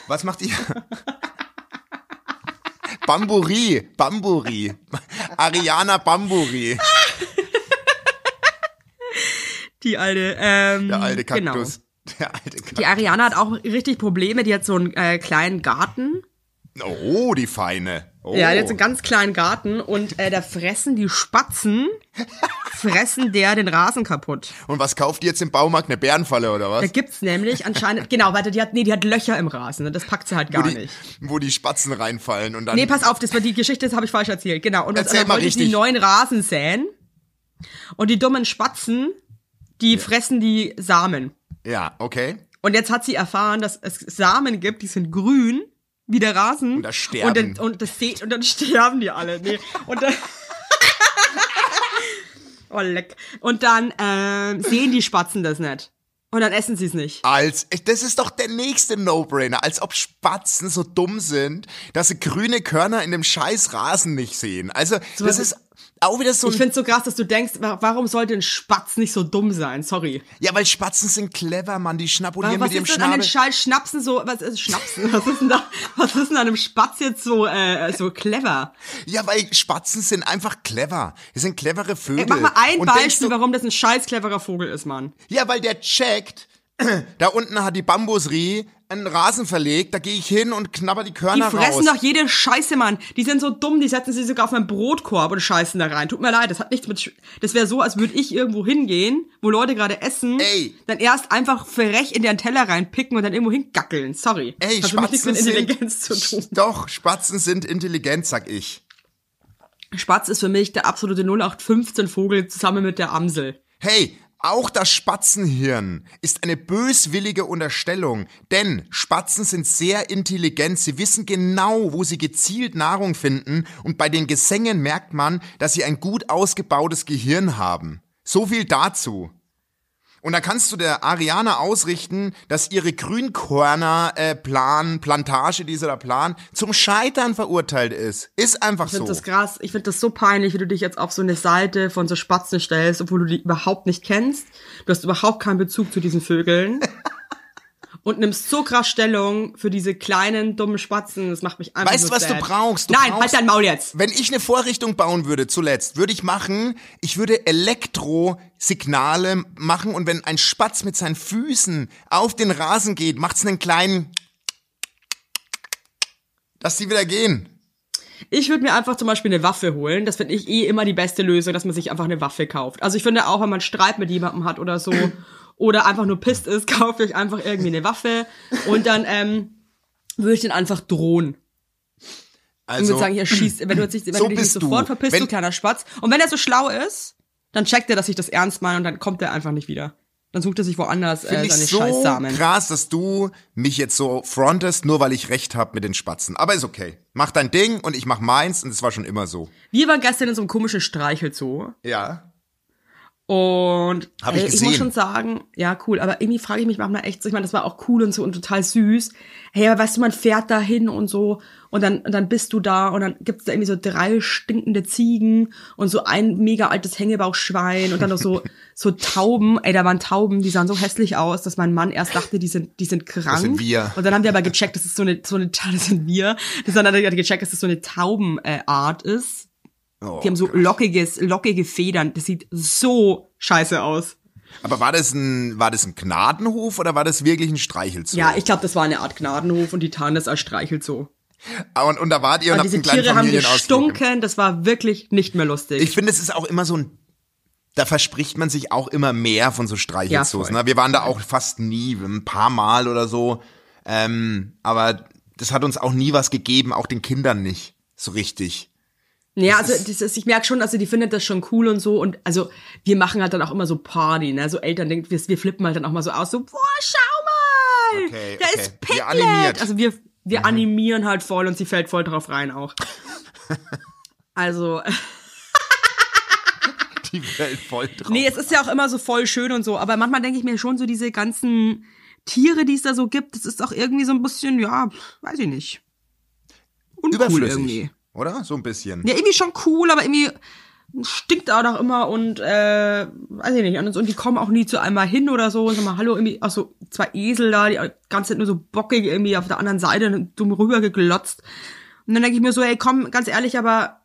Was macht ihr? Bamburi, Bamburi. Ariana Bamburi. Die alte, ähm, Der alte Genau. Kaktus. Der alte Kaktus. Die Ariana hat auch richtig Probleme, die hat so einen äh, kleinen Garten. Oh, die Feine. Oh. Ja, jetzt einen ganz kleinen Garten und äh, da fressen die Spatzen, fressen der den Rasen kaputt. Und was kauft ihr jetzt im Baumarkt? Eine Bärenfalle oder Da was? gibt's nämlich anscheinend, genau, warte, die hat, nee, die hat Löcher im Rasen, ne? das packt sie halt gar Wo die, nicht. wo die Spatzen reinfallen und dann. Nee, pass auf, das war die Geschichte, das habe ich falsch erzählt, genau. Und, was- Erzähl und mal dann wollte ich die richtig. neuen Rasen säen und die dummen Spatzen, die fressen die Samen. ja, okay. Und jetzt hat sie erfahren, dass es Samen gibt, die sind grün, wie der Rasen. Und da sterben. Und dann, und das se- und dann sterben die alle. Nee. Und dann. oh, leck. Und dann ähm, sehen die Spatzen das nicht. Und dann essen sie es nicht. Als, das ist doch der nächste No-Brainer, als ob Spatzen so dumm sind, dass sie grüne Körner in dem scheiß Rasen nicht sehen. Also, das was- ist auch wieder so Ich ein, find's so krass, dass du denkst, wa- warum sollte ein Spatz nicht so dumm sein? Sorry. ja, weil Spatzen sind clever, Mann, die schnabulieren was mit ihrem ist denn an den Schnabel. Schall Schnapsen so, was ist Schnapsen? Was ist denn da, was ist denn an einem Spatz jetzt so, äh, so clever? Ja, weil Spatzen sind einfach clever. Die sind clevere Vögel. Ey, mach mal ein Und denkst Beispiel, du- warum das ein scheiß cleverer Vogel ist, Mann. Ja, weil der checkt, da unten hat die Bambusrie einen Rasen verlegt, da gehe ich hin und knabber die Die Körner fressen raus. doch jede Scheiße, Mann. Die sind so dumm, die setzen sie sogar auf meinen Brotkorb und scheißen da rein. Tut mir leid, das hat nichts mit. Sch das wäre so, als würde ich irgendwo hingehen, wo Leute gerade essen, Ey. dann erst einfach frech in deren Teller reinpicken und dann irgendwo hingackeln. Sorry. Ey, hat für Also mich nichts Spatzen mit sind, Intelligenz zu tun. doch, Spatzen sind intelligent, sag ich. Spatz ist für mich der absolute 0815 Vogel zusammen mit der Amsel. Hey, auch das Spatzenhirn ist eine böswillige Unterstellung, denn Spatzen sind sehr intelligent, sie wissen genau, wo sie gezielt Nahrung finden und bei den Gesängen merkt man, dass sie ein gut ausgebautes Gehirn haben. So viel dazu. Und da kannst du der Ariana ausrichten, dass ihre Grünkörner äh, Plan, Plantage, die sie da planen, zum Scheitern verurteilt ist. Ist einfach Ich so. finde das krass. Ich finde das so peinlich, wie du dich jetzt auf so eine Seite von so Spatzen stellst, obwohl du die überhaupt nicht kennst. Du hast überhaupt keinen Bezug zu diesen Vögeln. und nimmst so krass Stellung für diese kleinen, dummen Spatzen. Das macht mich einfach Weißt nur du, was sad. du brauchst? Du Nein, brauchst- halt dein Maul jetzt. Wenn ich eine Vorrichtung bauen würde, zuletzt, würde ich machen, ich würde Elektrosignale machen und wenn ein Spatz mit seinen Füßen auf den Rasen geht, macht's einen kleinen, dass die wieder gehen. Ich würde mir einfach zum Beispiel eine Waffe holen. Das finde ich eh immer die beste Lösung, dass man sich einfach eine Waffe kauft. Also ich finde auch, wenn man Streit mit jemandem hat oder so oder einfach nur pisst ist, kauft euch einfach irgendwie eine Waffe und dann ähm, würde ich den einfach drohen. Und Also, würde sagen, hier schießt, wenn du, jetzt nicht, wenn so du dich nicht bist du. sofort verpisst, Wenn- du kleiner Spatz. Und wenn er so schlau ist, dann checkt er, dass ich das ernst meine und dann kommt er einfach nicht wieder. Dann sucht er sich woanders finde äh, ich seine so Scheißsamen. krass, dass du mich jetzt so frontest, nur weil ich recht habe mit den Spatzen. Aber ist okay. Mach dein Ding und ich mach meins und es war schon immer so. Wir waren gestern in so einem komischen Streichelzoo. Ja. Und Hab ich äh, gesehen. muss schon sagen, ja, cool. Aber irgendwie frage ich mich manchmal echt so, ich meine, das war auch cool und so und total süß. Hey, aber weißt du, man fährt da hin und so und dann, und dann bist du da und dann gibt's da irgendwie so drei stinkende Ziegen und so ein mega altes Hängebauchschwein und dann noch so, so Tauben. Ey, da waren Tauben, die sahen so hässlich aus, dass mein Mann erst dachte, die sind, die sind krank. sind wir. Und dann haben wir aber gecheckt, das ist so eine, so eine, das sind wir. Das haben dann gecheckt, dass das so eine Taubenart äh, Art ist. Oh, Die haben so Gott. lockiges, lockige Federn. Das sieht so scheiße aus. Aber war das ein, war das ein Gnadenhof oder war das wirklich ein Streichelzoo? Ja, ich glaube, das war eine Art Gnadenhof und die tarnen das als Streichelzoo. Ah, Und, und da wart ihr und Und habt diese einen kleinen Tiere haben Familienausflug. gestunken, das war wirklich nicht mehr lustig. Ich finde, es ist auch immer so ein, da verspricht man sich auch immer mehr von so Streichelzoos. Ja, voll. ne? Wir waren da auch fast nie, ein paar Mal oder so. Ähm, aber das hat uns auch nie was gegeben, auch den Kindern nicht so richtig. ja, also das ist, ich merke schon, also die findet das schon cool und so. Und also wir machen halt dann auch immer so Party, ne? So Eltern denken, wir, wir flippen halt dann auch mal so aus, so, boah, schau mal! Okay, da okay. ist Wir Piglet! animiert. Also wir, wir animieren halt voll und sie fällt voll drauf rein auch. also. Die Welt voll drauf. Nee, es ist ja auch immer so voll schön und so, aber manchmal denke ich mir schon so diese ganzen Tiere, die es da so gibt, das ist auch irgendwie so ein bisschen, ja, pf, weiß ich nicht. Uncool Überflüssig, irgendwie. oder? So ein bisschen. Ja, irgendwie schon cool, aber irgendwie stinkt auch noch immer und äh, weiß ich nicht. Und, und die kommen auch nie zu einmal hin oder so und sagen mal, hallo, irgendwie, auch so zwei Esel da, die ganze Zeit nur so bockig irgendwie auf der anderen Seite dumm rübergeglotzt. Und dann denke ich mir so, hey, komm, ganz ehrlich, aber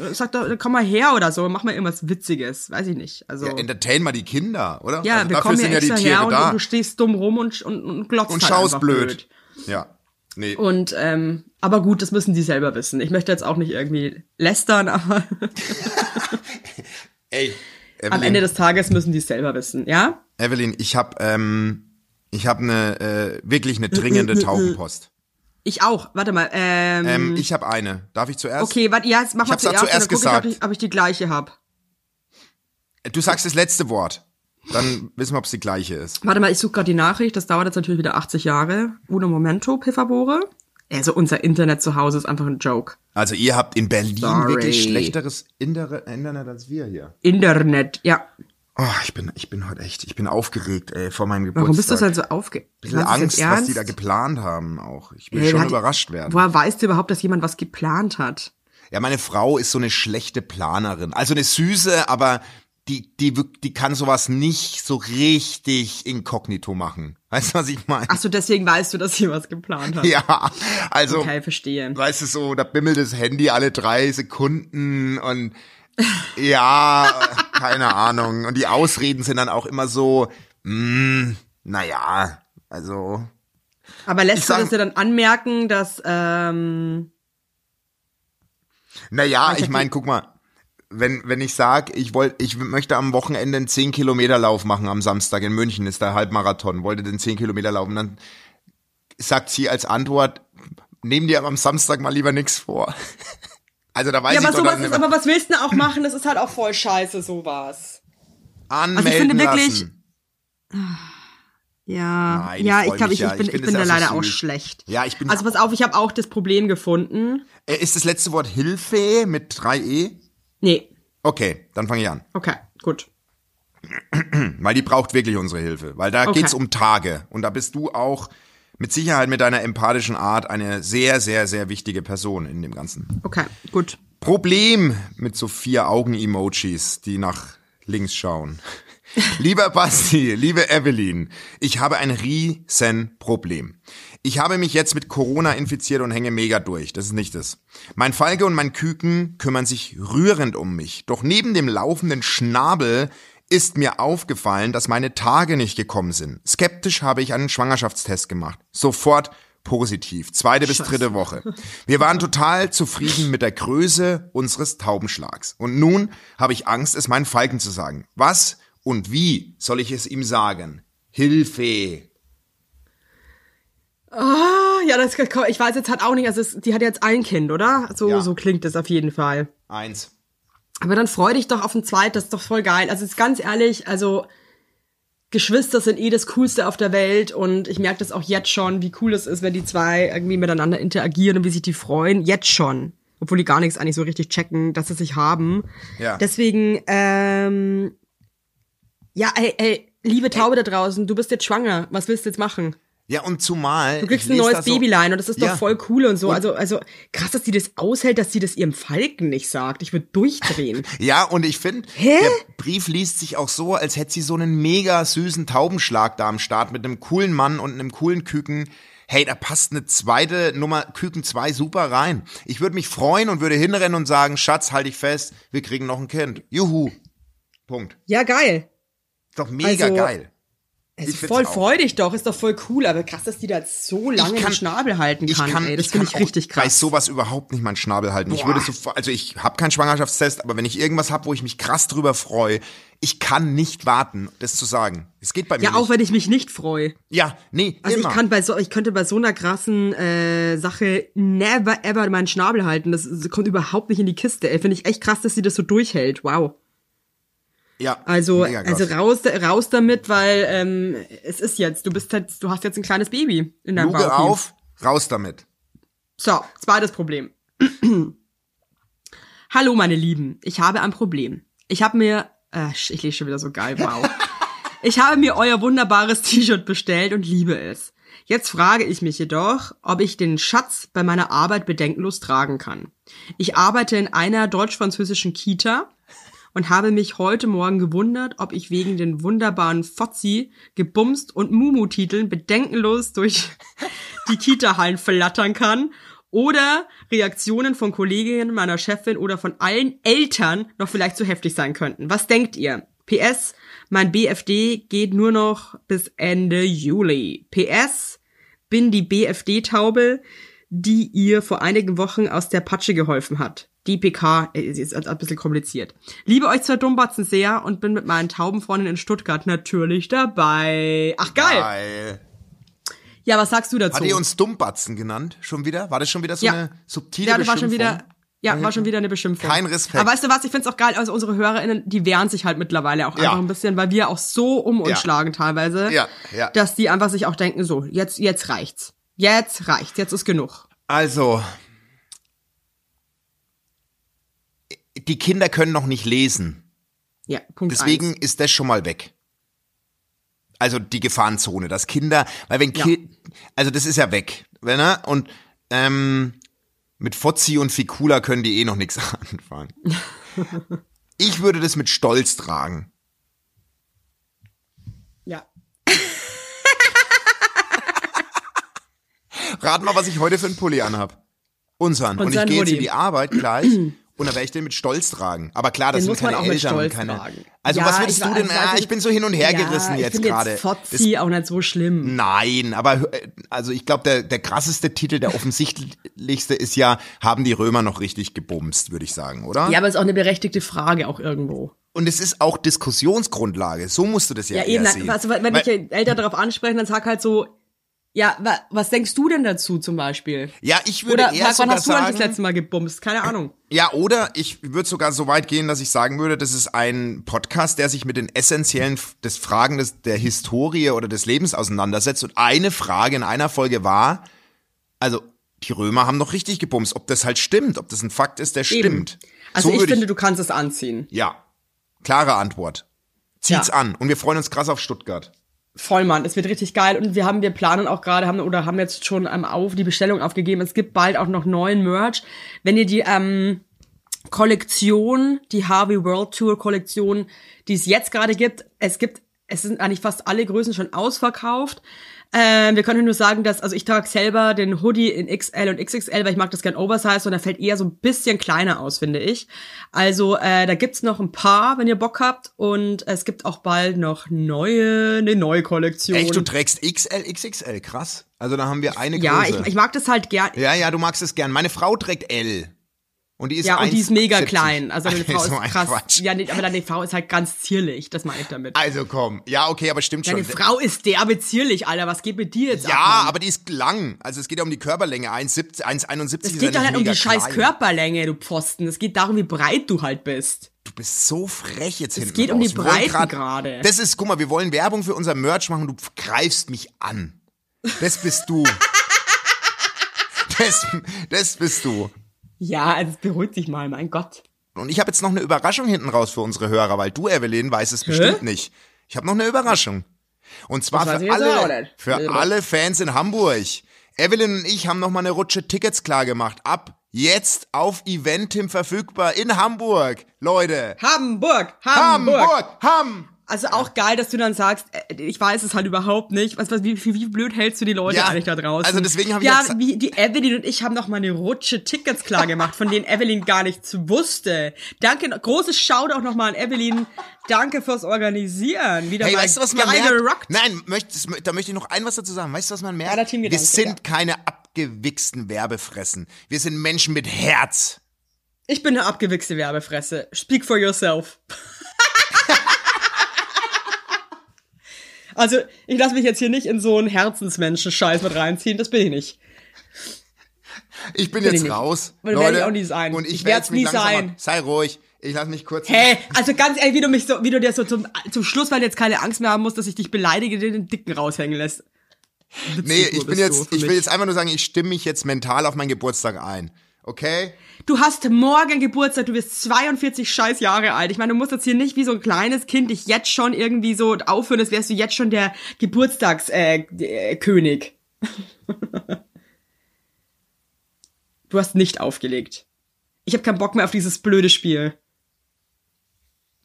äh, sag doch, komm mal her oder so, mach mal irgendwas Witziges, weiß ich nicht. Also Ja, entertain mal die Kinder, oder? ja, Also wir dafür kommen ja sind ja die extra Tiere her und, da. und du stehst dumm rum und, und, und glotzt Und halt schaust einfach blöd. Ja. Nee. Und, ähm, aber gut, das müssen die selber wissen. Ich möchte jetzt auch nicht irgendwie lästern, aber Ey. am Evelyn. Ende des Tages müssen die es selber wissen, ja? Evelyn, ich habe ähm, ich habe eine äh, wirklich eine Mm, dringende Taubenpost. Ich auch. Warte mal, ähm, Ähm, ich habe eine. Darf ich zuerst? okay, warte, ja, jetzt mach mal hab's ja zuerst, zuerst und dann guck ich, ob gesagt. ich, ob ich die gleiche hab. Äh, Du sagst das letzte Wort. Dann wissen wir, ob es die gleiche ist. Warte mal, ich suche gerade die Nachricht, das dauert jetzt natürlich wieder 80 Jahre. Uno Momento, Piffabore. Also unser Internet zu Hause ist einfach ein Joke. Also ihr habt in Berlin Sorry. wirklich schlechteres Inter- Internet als wir hier. Internet, ja. Oh, ich bin, ich bin heute echt, ich bin aufgeregt ey, vor meinem Geburtstag. Warum bist du denn so aufge... Ein bisschen Meinst du das Angst, jetzt was die ernst? da geplant haben auch. Ich will Hey, schon hat- überrascht werden. Woher weißt du überhaupt, dass jemand was geplant hat? Ja, meine Frau ist so eine schlechte Planerin. Also eine süße, aber die, die, wirk- die kann sowas nicht so richtig inkognito machen. Weißt du, was ich meine? Ach so, deswegen weißt du, dass jemand was geplant hat. Ja, also, Okay, verstehe. weißt du so, da bimmelt das Handy alle drei Sekunden und ja, keine Ahnung. Und die Ausreden sind dann auch immer so, mm, naja, also, Aber lässt du sag- das dir dann anmerken, dass ähm, Naja, ich ich hab meine, die- guck mal, wenn, wenn ich sage, ich wollte, ich möchte am Wochenende einen 10 Kilometer Lauf machen am Samstag in München, ist der Halbmarathon, wollte den 10 Kilometer laufen, dann sagt sie als Antwort, nehm dir am Samstag mal lieber nichts vor. Also da weiß ja, ich aber doch sowas dann ist, immer, aber was willst du denn auch machen? Das ist halt auch voll scheiße, sowas. anmelden Also ich finde wirklich- lassen. Ja, Nein, ich ja, freu ich glaube, mich ich, ja. ich bin, Ich ich bin das bin, da ja so leider auch süß. schlecht. Ja, ich bin- Also pass auf, ich habe auch das Problem gefunden. Äh, Ist das letzte Wort Hilfe mit 3e? Nee, Okay, dann fange ich an. okay, gut. Weil die braucht wirklich unsere Hilfe. Weil da Okay. geht's um Tage. Und da bist du auch mit Sicherheit mit deiner empathischen Art eine sehr, sehr, sehr wichtige Person in dem Ganzen. Okay, gut. Problem mit so vier Augen-Emojis, die nach links schauen. Lieber Basti, liebe Evelyn, ich habe ein riesen Problem. Ich habe mich jetzt mit Corona infiziert und hänge mega durch. Das ist nicht es. Mein Falke und mein Küken kümmern sich rührend um mich. Doch neben dem laufenden Schnabel ist mir aufgefallen, dass meine Tage nicht gekommen sind. Skeptisch habe ich einen Schwangerschaftstest gemacht. Sofort positiv. Zweite bis dritte Woche. Wir waren total zufrieden mit der Größe unseres Taubenschlags. Und nun habe ich Angst, es meinen Falken zu sagen. Was und wie soll ich es ihm sagen? Hilfe! Ah, ja, das, ich weiß jetzt halt auch nicht, also es, die hat jetzt ein Kind, oder? So, Ja. so klingt das auf jeden Fall. Eins. Aber dann freu dich doch auf ein zweites, das ist doch voll geil. Also ist ganz ehrlich, also Geschwister sind eh das Coolste auf der Welt und ich merke das auch jetzt schon, wie cool es ist, wenn die zwei irgendwie miteinander interagieren und wie sich die freuen. Jetzt schon. Obwohl die gar nichts eigentlich so richtig checken, dass sie sich haben. Ja. Deswegen, ähm, ja, ey, ey, liebe Taube da draußen, du bist jetzt schwanger. Was willst du jetzt machen? Ja, und zumal. Du kriegst ein neues Babylein und das ist doch Ja. voll cool und so. also, also krass, dass die das aushält, dass sie das ihrem Falken nicht sagt. Ich würde durchdrehen. Ja, und ich finde, Hä? der Brief liest sich auch so, als hätte sie so einen mega süßen Taubenschlag da am Start mit einem coolen Mann und einem coolen Küken. Hey, da passt eine zweite Nummer Küken 2 super rein. Ich würde mich freuen und würde hinrennen und sagen, Schatz, halt dich fest, wir kriegen noch ein Kind. Juhu. Punkt. ja, geil. Ist doch mega Also, geil. Also Ich find's voll auch. freudig doch, ist doch voll cool, aber krass, dass die da jetzt so lange kann- den Schnabel halten kann. ey, das kann finde ich auch richtig Bei krass. sowas überhaupt nicht meinen Schnabel halten. Ich Boah. würde so, also ich habe keinen Schwangerschaftstest, aber wenn ich irgendwas habe, wo ich mich krass drüber freue, ich kann nicht warten, das zu sagen. Es geht bei mir ja, auch nicht. wenn ich mich nicht freue. Ja, nee, Also immer. ich kann bei so, ich könnte bei so einer krassen äh, Sache never ever meinen Schnabel halten. Das, das kommt überhaupt nicht in die Kiste. Ey, finde ich echt krass, dass sie das so durchhält. Wow. ja, Also, mega krass. also raus, da- raus damit, weil ähm, es ist jetzt. Du bist jetzt, du hast jetzt ein kleines Baby in deinem Luge Bauch. auf, raus damit. So, zweites Problem. Hallo, meine Lieben. Ich habe ein Problem. Ich habe mir, äh, ich lese schon wieder so geil, wow. Ich habe mir euer wunderbares T-Shirt bestellt und liebe es. Jetzt frage ich mich jedoch, ob ich den Schatz bei meiner Arbeit bedenkenlos tragen kann. Ich arbeite in einer deutsch-französischen Kita und habe mich heute Morgen gewundert, ob ich wegen den wunderbaren Fotzi, Gebumst und Mumu-Titeln bedenkenlos durch die Kita-Hallen flattern kann oder Reaktionen von Kolleginnen, meiner Chefin oder von allen Eltern noch vielleicht zu heftig sein könnten. Was denkt ihr? PS, mein BFD geht nur noch bis Ende Juli. PS, bin die BFD-Taube, die ihr vor einigen Wochen aus der Patsche geholfen hat. DPK äh, ist jetzt ein bisschen kompliziert. Liebe euch zwei Dummbatzen sehr und bin mit meinen Taubenfreunden in Stuttgart natürlich dabei. Ach geil. Geil. Ja, was sagst du dazu? Hat ihr uns Dummbatzen genannt? Schon wieder? War das schon wieder so Ja. eine subtile Ja, das war Beschimpfung? schon wieder. Ja, war schon wieder eine Beschimpfung. Kein Respekt. Aber weißt du was, ich find's auch geil, also unsere HörerInnen, die wehren sich halt mittlerweile auch Ja. einfach ein bisschen, weil wir auch so um uns Ja. schlagen teilweise, Ja, ja. dass die einfach sich auch denken, so, jetzt, jetzt reicht's. Jetzt reicht's, jetzt ist genug. Also, die Kinder können noch nicht lesen. Ja, Punkt Deswegen eins. ist das schon mal weg. Also die Gefahrenzone, dass Kinder, weil wenn Ja. Ki also das ist ja weg, wenn er und ähm, mit Fozzi und Ficula können die eh noch nichts anfangen. ich würde das mit Stolz tragen. Ja. Rat mal, was ich heute für einen Pulli anhab. Unseren. Und, ich Unseren gehe jetzt in Hoodie. die Arbeit gleich und da werde ich den mit Stolz tragen. Aber klar, das Den sind muss man keine auch mit Eltern Stolz und keine. tragen. Also Ja, was würdest ich du war- denn? also weiß ah, ich- ich bin so hin und her gerissen ja, jetzt ich find gerade. Jetzt Hm. Fotzi auch nicht so schlimm. Nein, aber äh, also ich glaube, der, der krasseste Titel, der offensichtlichste ist ja, haben die Römer noch richtig gebumst, würde ich sagen, oder? Ja, aber ist auch eine berechtigte Frage auch irgendwo. Und es ist auch Diskussionsgrundlage. So musst du das ja, Ja, eher eben. sehen. Also, wenn Weil- mich Eltern darauf ansprechen, dann sag halt so, ja, wa, was denkst du denn dazu zum Beispiel? ja, ich würde Oder eher sag, wann sogar hast du eigentlich das sagen, letzte Mal gebumst? Keine Ahnung. ja, oder ich würde sogar so weit gehen, dass ich sagen würde, das ist ein Podcast, der sich mit den essentiellen F- des Fragen des, der Historie oder des Lebens auseinandersetzt. Und eine Frage in einer Folge war, also die Römer haben noch richtig gebumst, ob das halt stimmt, ob das ein Fakt ist, der stimmt. Also So ich würd finde, du kannst es anziehen. Ja. Klare Antwort. Zieht's Ja. an. Und wir freuen uns krass auf Stuttgart. Voll, Mann. Es wird richtig geil. Und wir haben, wir planen auch gerade, haben oder haben jetzt schon ähm, auf die Bestellung aufgegeben. Es gibt bald auch noch neuen Merch. Wenn ihr die ähm, Kollektion, die Harvey World Tour Kollektion, die es jetzt gerade gibt. Es gibt, es sind eigentlich fast alle Größen schon ausverkauft. Ähm, wir können nur sagen, dass, also ich trage selber den Hoodie in XL und XXL, weil ich mag das gern Oversize und er fällt eher so ein bisschen kleiner aus, finde ich. Also äh, da gibt's noch ein paar, wenn ihr Bock habt und es gibt auch bald noch neue, eine neue Kollektion. Echt, du trägst XL, XXL, krass. Also da haben wir eine ja, Größe. ich, ich mag das halt gern. ja, ja, du magst es gern. Meine Frau trägt L. Und die ist Ja, und die ist mega 1,70. klein. Also deine Frau so ein ist krass. Quatsch. Ja, nee, aber deine Frau ist halt ganz zierlich. Das meine ich damit. Also komm. Ja, okay, aber stimmt Deine schon. ne? Frau ist derbe zierlich, Alter. Was geht mit dir jetzt ab? ja, aber die ist lang. Also es geht ja um die Körperlänge. 1,70, 1,71 ist Es geht ja doch nicht nicht um die mega scheiß klein. Körperlänge, du Pfosten. Es geht darum, wie breit du halt bist. Du bist so frech jetzt hinten. geht um raus. die Wir wollen Breiten grad- gerade. Das ist, guck mal, wir wollen Werbung für unser Merch machen. Du greifst mich an. Das bist du. das, das bist du. Ja, also es beruhigt sich mal, mein Gott. Und ich habe jetzt noch eine Überraschung hinten raus für unsere Hörer, weil du, Evelyn, weißt es bestimmt nicht. Ich habe noch eine Überraschung. Und zwar Das weiß für ich jetzt auch alle, nicht. für Also- alle Fans in Hamburg. Evelyn und ich haben noch mal eine Rutsche Tickets klar gemacht. Ab jetzt auf Eventim verfügbar in Hamburg, Leute. Hamburg, Hamburg. Hamburg, Hamburg. Also auch geil, dass du dann sagst, äh, ich weiß es halt überhaupt nicht. Was, was, wie, wie, wie blöd hältst du die Leute Ja, eigentlich da draußen? also deswegen habe ich ja ja gesagt- wie, die Evelyn und ich haben noch mal eine Rutsche Tickets klar gemacht, von denen Evelyn gar nichts wusste. Danke, großes Shoutout noch mal an Evelyn. Danke fürs Organisieren. Wieder Hey, mal weißt du, was man geil merkt? gerockt. Nein, möchtest, da möchte ich noch ein was dazu sagen. Weißt du, was man merkt? Ja, der Teamgedanke, Wir sind ja. keine abgewichsten Werbefressen. Wir sind Menschen mit Herz. Ich bin eine abgewichste Werbefresse. Speak for yourself. also, ich lasse mich jetzt hier nicht in so einen Herzensmenschen-Scheiß mit reinziehen. Das bin ich nicht. Ich bin, Bin ich jetzt nicht. raus. Und Leute. werd ich auch nie sein. Und ich, Ich werd's werd's mich nie langsam sein. Mal, sei ruhig. Ich lass mich kurz. Hä? Also ganz ehrlich, wie du mich so, wie du dir so zum, zum Schluss, weil du jetzt keine Angst mehr haben musst, dass ich dich beleidige, dir den Dicken raushängen lässt. Nee, Witzfigur ich bin bist du jetzt, für ich will mich. jetzt einfach nur sagen, ich stimme mich jetzt mental auf meinen Geburtstag ein. Okay? Du hast morgen Geburtstag, du wirst 42 scheiß Jahre alt. Ich meine, du musst jetzt hier nicht wie so ein kleines Kind dich jetzt schon irgendwie so aufhören, als wärst du jetzt schon der Geburtstagskönig. Äh, äh, König. du hast nicht aufgelegt. Ich habe keinen Bock mehr auf dieses blöde Spiel.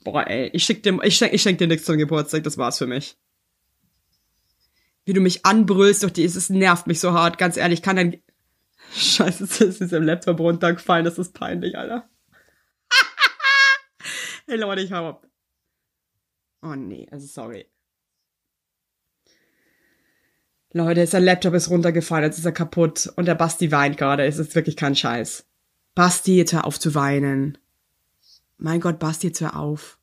Boah, ey, ich schick dir, ich schenk, ich schenk dir nichts zum Geburtstag, das war's für mich. Wie du mich anbrüllst durch die, es es nervt mich so hart, ganz ehrlich, ich kann dein, Scheiße, das ist im Laptop runtergefallen, das ist peinlich, Alter. hey Leute, ich hau ab. Oh nee, also sorry. Leute, sein Laptop ist runtergefallen, jetzt ist er kaputt und der Basti weint gerade, es ist wirklich kein Scheiß. Basti, jetzt hör auf zu weinen. Mein Gott, Basti, jetzt hör auf.